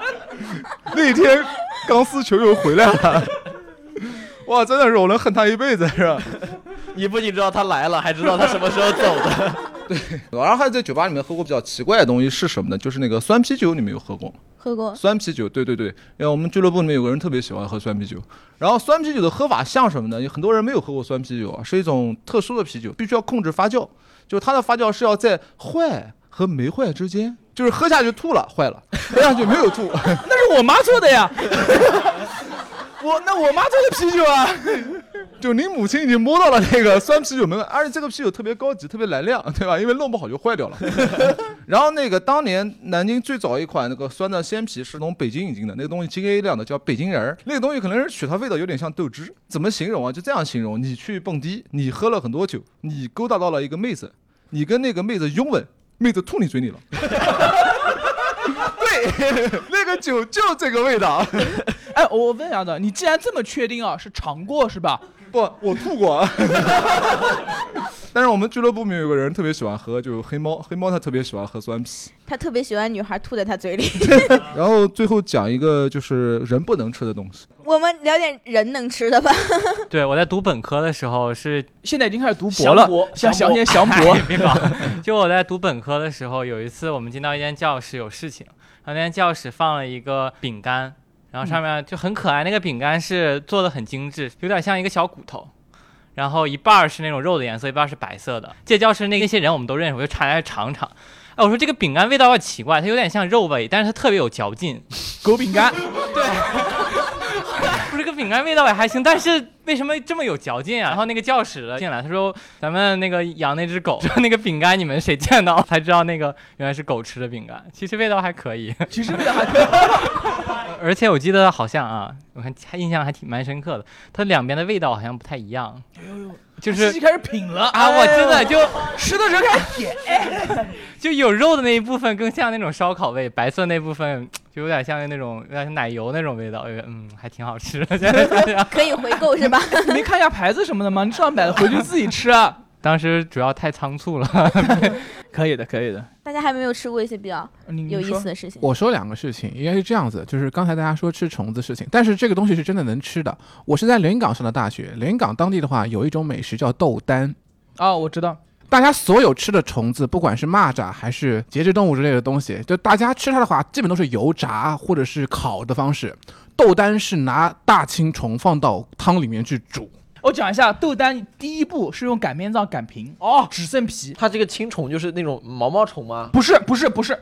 S7: 那天钢丝球又回来了。哇，真的是我能恨他一辈子，是吧？
S1: 你不仅知道他来了，还知道他什么时候走的。
S7: 然后还有在酒吧里面喝过比较奇怪的东西是什么呢？就是那个酸啤酒，你们有喝过吗？
S2: 喝过
S7: 酸啤酒，对对对，因为我们俱乐部里面有个人特别喜欢喝酸啤酒。然后酸啤酒的喝法像什么呢？有很多人没有喝过酸啤酒啊，是一种特殊的啤酒，必须要控制发酵，就是它的发酵是要在坏和没坏之间，就是喝下去吐了坏了，喝下去没有吐，
S3: 那是我妈做的呀。我那我妈做的啤酒啊，
S7: 就你母亲已经摸到了那个酸啤酒门槛，而且这个啤酒特别高级，特别难酿，对吧？因为弄不好就坏掉了。然后那个当年南京最早一款那个酸的鲜啤是从北京引进的，那个东西精 A 酿的，叫北京人儿。那个东西可能是取它味道有点像豆汁，怎么形容啊？就这样形容：你去蹦迪，你喝了很多酒，你勾搭到了一个妹子，你跟那个妹子拥吻，妹子吐你嘴里了。 对，那个酒就这个味道。
S3: 哎，我问一下子，你既然这么确定啊，是尝过是吧？
S7: 不，我吐过。 但是我们俱乐部里面有个人特别喜欢喝，就是黑猫。黑猫他特别喜欢喝酸啤。
S2: 他特别喜欢女孩吐在他嘴里。
S7: 然后最后讲一个就是人不能吃的东西。
S2: 我们聊点人能吃的吧。
S6: 对我在读本科的时候是
S3: 现在已经开始读博哎了，想想念
S6: 祥
S3: 祥博，
S6: 别搞。 就我在读本科的时候，有一次我们进到一间教室有事情，然后那间教室放了一个饼干，然后上面就很可爱，那个饼干是做的很精致，有点像一个小骨头。然后一半儿是那种肉的颜色，一半儿是白色的。这教室那那些人我们都认识，我就常来尝尝。哎，我说这个饼干味道有点奇怪，它有点像肉味，但是它特别有嚼劲。
S3: 狗饼干，
S6: 不是个饼干味道也还行，但是为什么这么有嚼劲啊？然后那个教室的进来，他说咱们那个养那只狗， 说那个饼干你们谁见到才知道那个原来是狗吃的饼干，其实味道还可以，
S3: 其实味 道还可以。
S6: 而且我记得好像啊，我看还印象还挺蛮深刻的，它两边的味道好像不太一样，就
S3: 自
S6: 是
S3: 己开始品了哎
S6: 啊，我真的就
S3: 吃的时候开 始舔，
S6: 就有肉的那一部分更像那种烧烤味，白色那部分就有点像那种有点像奶油那种味道，有点嗯，还挺好吃的。现 在想 想
S2: 可以回购是吧？
S3: 你没看一下牌子什么的吗？你上买了回去自己吃啊。
S6: 当时主要太仓促了。
S3: 可以的，可以的。
S2: 大家还没有吃过一些比较
S3: 你
S2: 有意思，的事情。
S8: 我说两个事情，应该是这样子，就是刚才大家说吃虫子事情，但是这个东西是真的能吃的。我是在连云港上的大学，连云港当地的话有一种美食叫豆丹，
S3: 啊，我知道，
S8: 大家所有吃的虫子，不管是蚂蚱还是节肢动物之类的东西，就大家吃它的话，基本都是油炸或者是烤的方式。豆丹是拿大青虫放到汤里面去煮，
S3: 我讲一下豆丹第一步是用擀面杖擀平，哦，只剩皮，
S1: 它这个青虫就是那种毛毛虫吗？
S3: 不是不是不是，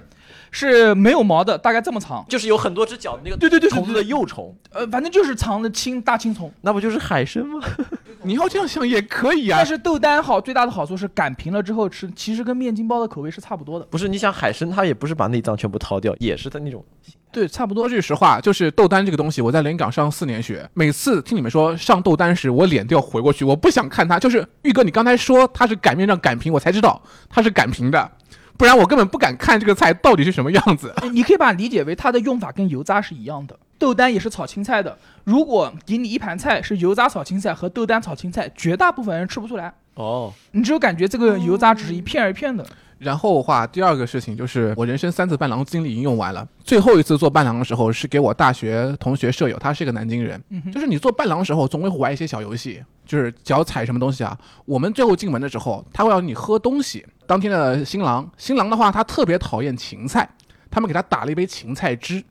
S3: 是没有毛的，大概这么长，
S1: 就是有很多只脚的那个
S3: 对对对对
S1: 虫子的幼虫，
S3: 呃，反正就是长的青大青虫。
S1: 那不就是海参吗？
S8: 你要这样想也可以啊
S3: 但。是豆丹好最大的好处是擀平了之后吃，其实跟面筋包的口味是差不多的。
S1: 不是，你想海参它也不是把内脏全部掏掉，也是它那种
S8: 对，差不多。说句实话，就是豆丹这个东西，我在连云港上四年学，每次听你们说上豆丹时，我脸都要回过去，我不想看它。就是玉哥，你刚才说它是擀面杖擀平，我才知道它是擀平的，不然我根本不敢看这个菜到底是什么样子。
S3: 哎你可以把它理解为它的用法跟油炸是一样的。豆丹也是炒青菜的，如果给你一盘菜是油炸炒青菜和豆丹炒青菜，绝大部分人吃不出来，
S1: 哦，
S3: 你只有感觉这个油炸只是一片儿一片的。
S8: 然后的话，第二个事情就是我人生三次伴郎经历已经用完了。最后一次做伴郎的时候，是给我大学同学舍友，他是个南京人。
S3: 嗯哼
S8: 就是你做伴郎的时候，总会玩一些小游戏，就是脚踩什么东西啊。我们最后进门的时候，他会让你喝东西。当天的新郎，新郎的话他特别讨厌芹菜，他们给他打了一杯芹菜汁。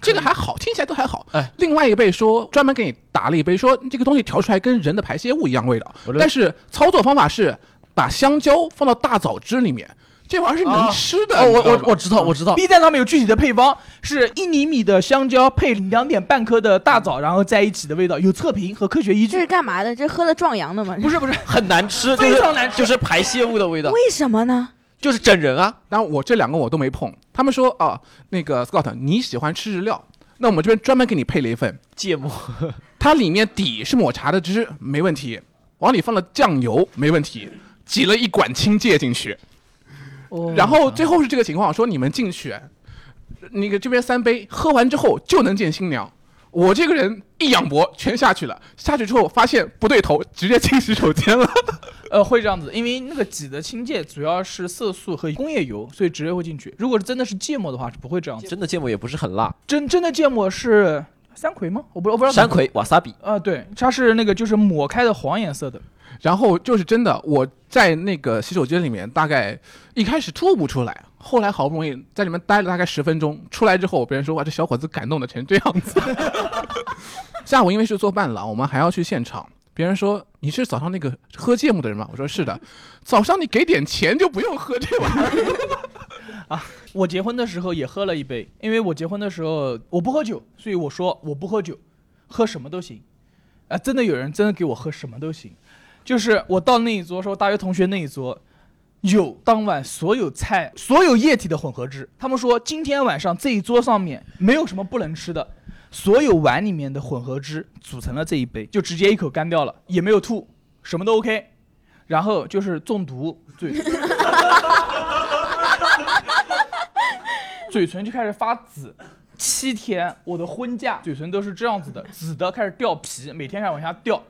S8: 这个还好，听起来都还好。
S1: 哎
S8: 另外一辈说专门给你打了一杯，说这个东西调出来跟人的排泄物一样味道
S1: 我，这
S8: 但是操作方法是把香蕉放到大枣汁里面，这玩意儿是能吃的。
S9: 哦，
S8: 你
S9: 我
S8: 知道
S9: 我我知道，
S8: 吧
S9: 我知道。
S3: B 站上面有具体的配方，是一厘米的香蕉配两点半颗的大枣，然后在一起的味道，有测评和科学依
S2: 这是
S3: 据。
S2: 干嘛的？这是喝了壮阳的吗？
S3: 不是不是，
S1: 很难吃，就
S3: 非
S1: 是
S3: 常难吃
S1: 就是排泄物的味道，
S2: 为什么呢？
S1: 就是整人啊，
S8: 然后我这两个我都没碰。他们说啊，那个 Scott 你喜欢吃日料，那我们这边专门给你配了一份，
S1: 芥末。
S8: 它里面底是抹茶的汁，没问题，往里放了酱油，没问题，挤了一管青芥进去，
S3: 嗯
S8: 然后最后是这个情况，说你们进去，那个这边三杯，喝完之后就能见新娘。我这个人一仰脖全下去了，下去之后发现不对头，直接进洗手间了。
S3: 呃，会这样子，因为那个挤的清芥主要是色素和工业油，所以直接会进去。如果是真的是芥末的话，是不会这样子。
S1: 真的芥末也不是很辣，
S3: 真真的芥末是山葵吗？我不我不知道怎
S1: 山
S3: 么。
S1: 葵瓦萨比，
S3: 啊、对，它是那个就是抹开的黄颜色的。
S8: 然后就是真的，我在那个洗手间里面，大概一开始吐不出来，后来好不容易在里面待了大概十分钟，出来之后，别人说哇，这小伙子感动的成这样子。 下午因为是做伴郎，我们还要去现场，别人说你是早上那个喝芥末的人吗？我说是的，早上你给点钱就不用喝这玩意儿。
S3: 我结婚的时候也喝了一杯，因为我结婚的时候我不喝酒，所以我说我不喝酒，喝什么都行。啊、真的有人真的给我喝什么都行，就是我到那一桌，说大学同学那一桌，有当晚所有菜、所有液体的混合汁。他们说今天晚上这一桌上面没有什么不能吃的，所有碗里面的混合汁组成了这一杯，就直接一口干掉了，也没有吐，什么都 OK。然后就是中毒嘴，嘴唇就开始发紫。七天，我的婚假嘴唇都是这样子的，紫的开始掉皮，每天开始往下掉，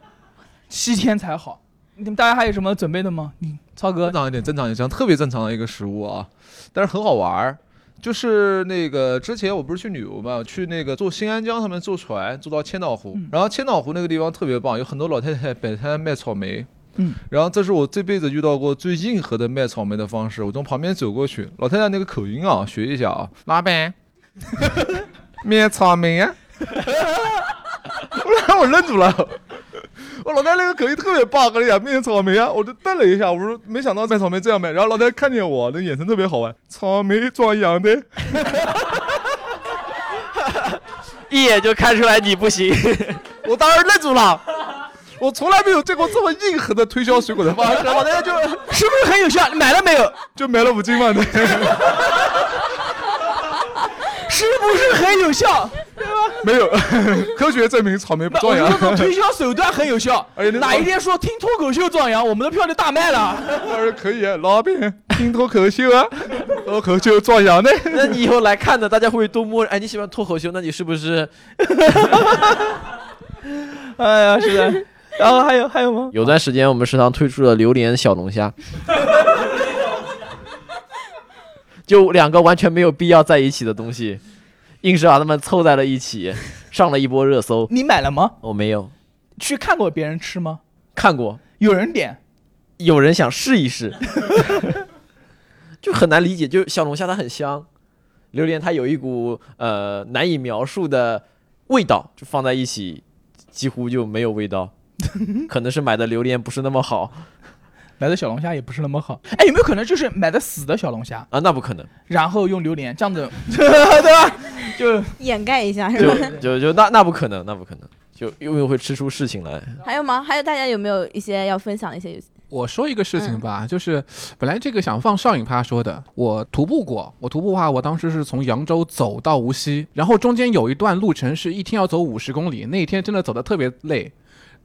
S3: 七天才好。你们大家还有什么准备的吗？你超哥
S7: 正，常一点，正常一点，特别正常的一个食物啊，但是很好玩儿。就是那个之前我不是去旅游嘛，去那个坐新安江上面坐船，坐到千岛湖，
S3: 嗯
S7: 然后千岛湖那个地方特别棒，有很多老太太摆摊卖草莓。
S3: 嗯，
S7: 然后这是我这辈子遇到过最硬核的卖草莓的方式。我从旁边走过去，老太太那个口音啊，学一下啊，
S8: 老板，
S7: 卖草莓啊！ 我我愣住了，我老太太那个口音特别棒，跟你讲卖草莓啊！我就瞪了一下，我说没想到卖草莓这样卖。然后老太太看见我，那眼神特别好玩，草莓壮阳的。
S1: 一眼就看出来你不行。
S7: 我当时愣住了，我从来没有见过这么硬核的推销水果的方式。老太太就是
S3: 不是很有效？你买了没有？
S7: 就买了五斤嘛，对。
S3: 是不是很有效？
S7: 没有，科学证明草莓不
S3: 那
S7: 壮
S3: 我们这种
S7: 阳。
S3: 推销手段很有 效。
S7: 哎呀那
S3: 哪一天说听脱口秀壮阳，我们的票就大卖了。
S7: 我说可以，啊老板听脱口秀啊，脱口秀壮阳的。
S1: 那你以后来看的，大家会不会都摸？哎，你喜欢脱口秀，那你是不是
S3: 哎呀，是的。然后还有还有吗？
S1: 有段时间我们食堂推出了榴莲小龙虾，就两个完全没有必要在一起的东西，硬是把它们凑在了一起，上了一波热搜。
S3: 你买了吗？
S1: 我没有
S3: 去看过别人吃吗？
S1: 看过，
S3: 有人点，
S1: 有人想试一试， 就很难理解。就是小龙虾它很香，榴莲它有一股呃难以描述的味道，就放在一起几乎就没有味道，可能是买的榴莲不是那么好
S3: 买的小龙虾也不是那么好。哎，有没有可能就是买的死的小龙虾，
S1: 啊，那不可能。
S3: 然后用榴莲这样子， 对吧？就
S2: 掩盖一下是吧？
S1: 就就就那那不可能，那不可能，就因为会吃出事情来。
S2: 还有吗？还有大家有没有一些要分享的一些游戏？
S8: 我说一个事情吧，就是本来这个想放上影趴说的，我徒步过，我徒步的话，我当时是从扬州走到无锡，然后中间有一段路程是一天要走五十公里，那一天真的走得特别累。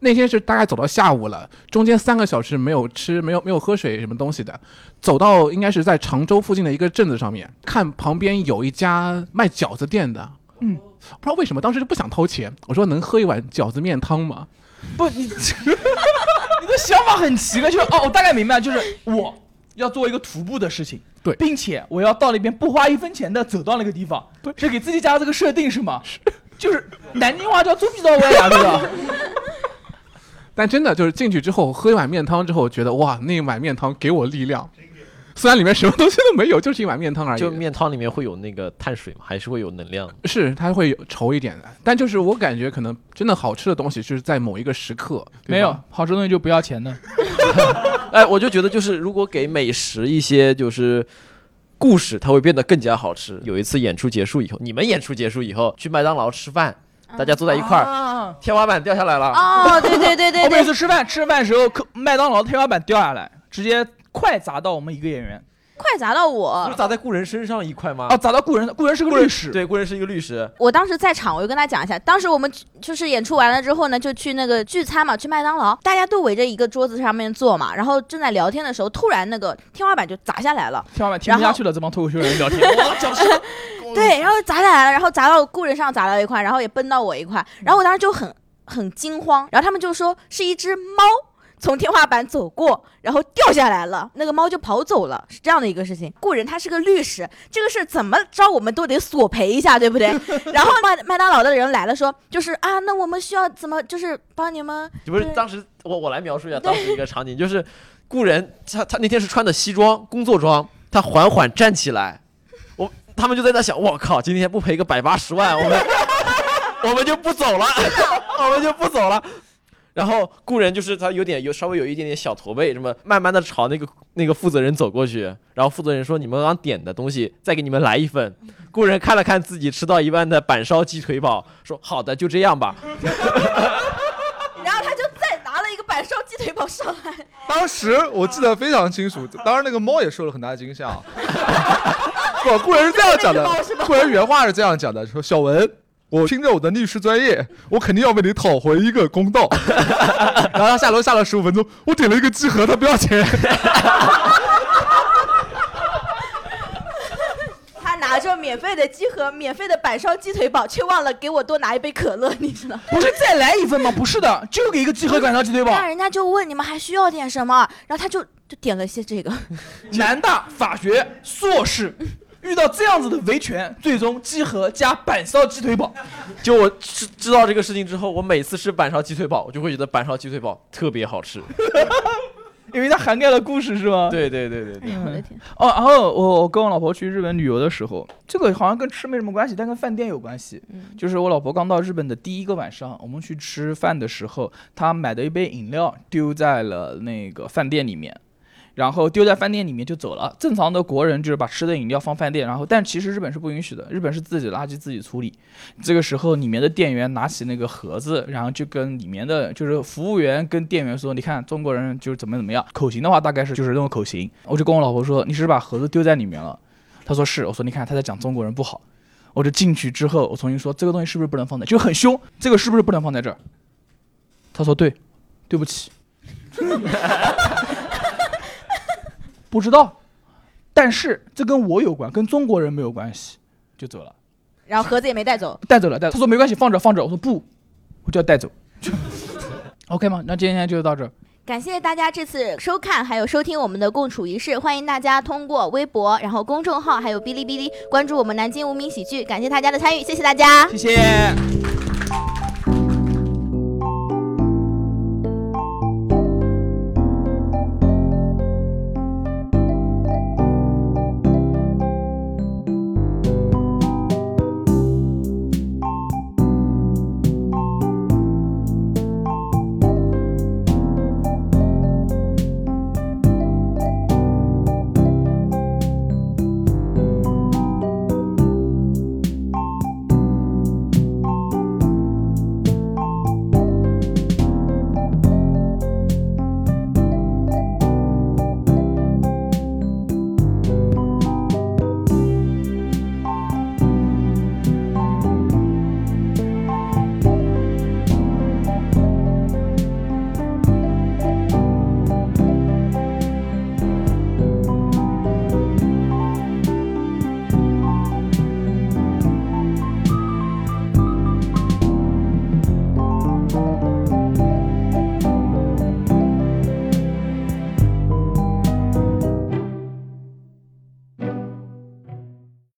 S8: 那天是大概走到下午了，中间三个小时没有吃、没有没有喝水什么东西的，走到应该是在常州附近的一个镇子上面，看旁边有一家卖饺子店的，
S3: 嗯，
S8: 不知道为什么当时就不想掏钱，我说能喝一碗饺子面汤吗？
S3: 不，你 你的想法很奇怪，就是哦，我大概明白，就是我要做一个徒步的事情，
S8: 对
S3: 并且我要到那边不花一分钱的走到那个地方，对，是给自己加这个设定是吗？ 是，就是南京话叫猪皮到歪呀，对吧？
S8: 但真的就是进去之后喝一碗面汤之后，觉得哇，那一碗面汤给我力量。虽然里面什么东西都没有，就是一碗面汤而已。
S1: 就面汤里面会有那个碳水嘛，还是会有能量的。
S8: 是它会有稠一点的，但就是我感觉可能真的好吃的东西就是在某一个时刻。对吧
S3: 没有，好吃东西就不要钱的。
S1: 哎，我就觉得就是如果给美食一些就是。故事它会变得更加好吃。有一次演出结束以后，你们演出结束以后去麦当劳吃饭，大家坐在一块
S2: 啊
S1: 儿，
S3: 儿。
S1: 天花板掉下来了，
S2: 哦，对对 对对
S3: 我每
S2: 对，
S3: 次吃饭吃饭时候，可麦当劳天花板掉下来，直接快砸到我们一个演员。
S2: 快砸到
S1: 不是
S2: 我！
S1: 砸在故人身上一块吗？
S3: 哦，砸到雇人，雇人是个律师。
S1: 对，故人是一个律师，
S2: 我当时在场，我就跟他讲一下，当时我们就是演出完了之后呢，就去那个聚餐嘛，去麦当劳，大家都围着一个桌子上面坐嘛，然后正在聊天的时候，突然那个天花板就砸下来了。
S3: 天花板听
S2: 然
S3: 不下
S2: 后
S3: 去了，这帮脱口秀人 聊天，哇，讲什么
S2: 对，然后砸下来了，然后砸到故人上砸了一块，然后也崩到我一块，然后我当时就很很惊慌，然后他们就说是一只猫从天花板走过，然后掉下来了，那个猫就跑走了，是这样的一个事情。故人他是个律师，这个事儿怎么着我们都得索赔一下，对不对？ 然后麦麦当劳的人来了说，就是啊，那我们需要怎么就是帮你们
S1: 你不是
S2: 对
S1: 当时我我来描述一下当时一个场景，就是故人他他那天是穿的西装工作装，他缓缓站起来，我他们就在那想，我靠，今天不赔个百八十万，我们我们就不走了，我们就不走了。然后故人就是他有点有稍微有一点点小驼背，什么慢慢的朝那个那个负责人走过去，然后负责人说你们刚点的东西再给你们来一份。故人看了看自己吃到一半的板烧鸡腿堡，说好的就这样吧。
S2: 然后他就再拿了一个板烧鸡腿堡上来，
S7: 当时我记得非常清楚，当然那个猫也受了很大的惊吓。 不，顾人是这样讲的
S2: 那只 猫是，吧
S7: 顾人原话是这样讲的：说小文，我凭着我的律师专业，我肯定要为你讨回一个公道。 然后他下楼下了十五分钟，我点了一个鸡盒，他不要钱。
S2: 他拿着免费的鸡盒、免费的板烧鸡腿堡，却忘了给我多拿一杯可乐，你知道吗？
S3: 不是再来一份吗？不是的，就给一个鸡和板烧鸡腿堡。
S2: 那人家就问你们还需要点什么，然后他就就点了一些这个，
S3: 南大法学硕士，遇到这样子的维权，最终鸡和加板烧鸡腿堡，
S1: 就我知知道这个事情之后，我每次吃板烧鸡腿堡，我就会觉得板烧鸡腿堡特别好吃。
S3: 因为它涵盖了故事，是吗？。
S1: 对对对对对，
S2: 哎我的天，
S3: 哦，然后我我跟我老婆去日本旅游的时候，这个好像跟吃没什么关系，但跟饭店有关系。
S2: 嗯
S3: 就是我老婆刚到日本的第一个晚上，我们去吃饭的时候，她买的一杯饮料丢在了那个饭店里面，然后丢在饭店里面就走了。正常的国人就是把吃的饮料放饭店，然后但其实日本是不允许的，日本是自己的垃圾自己处理。这个时候里面的店员拿起那个盒子，然后就跟里面的就是服务员跟店员说：“你看中国人就是怎么怎么样。”口型的话大概是就是那种口型。我就跟我老婆说：“你是不是把盒子丢在里面了？”她说：“是。”我说：“你看他在讲中国人不好。”我就进去之后，我重新说这个东西是不是不能放在，就很凶，这个是不是不能放在这儿？他说对，对不起， 不知道，但是这跟我有关，跟中国人没有关系，就走了，
S2: 然后盒子也没带走，
S3: 带走了，带走。他说没关系，放着放着，我说不，我就要带走，OK 吗？那今天就到这儿。
S2: 感谢大家这次收看还有收听我们的共处一室，欢迎大家通过微博、然后公众号还有哔哩哔哩关注我们南京无名喜剧，感谢大家的参与，谢谢大家。
S3: 谢谢。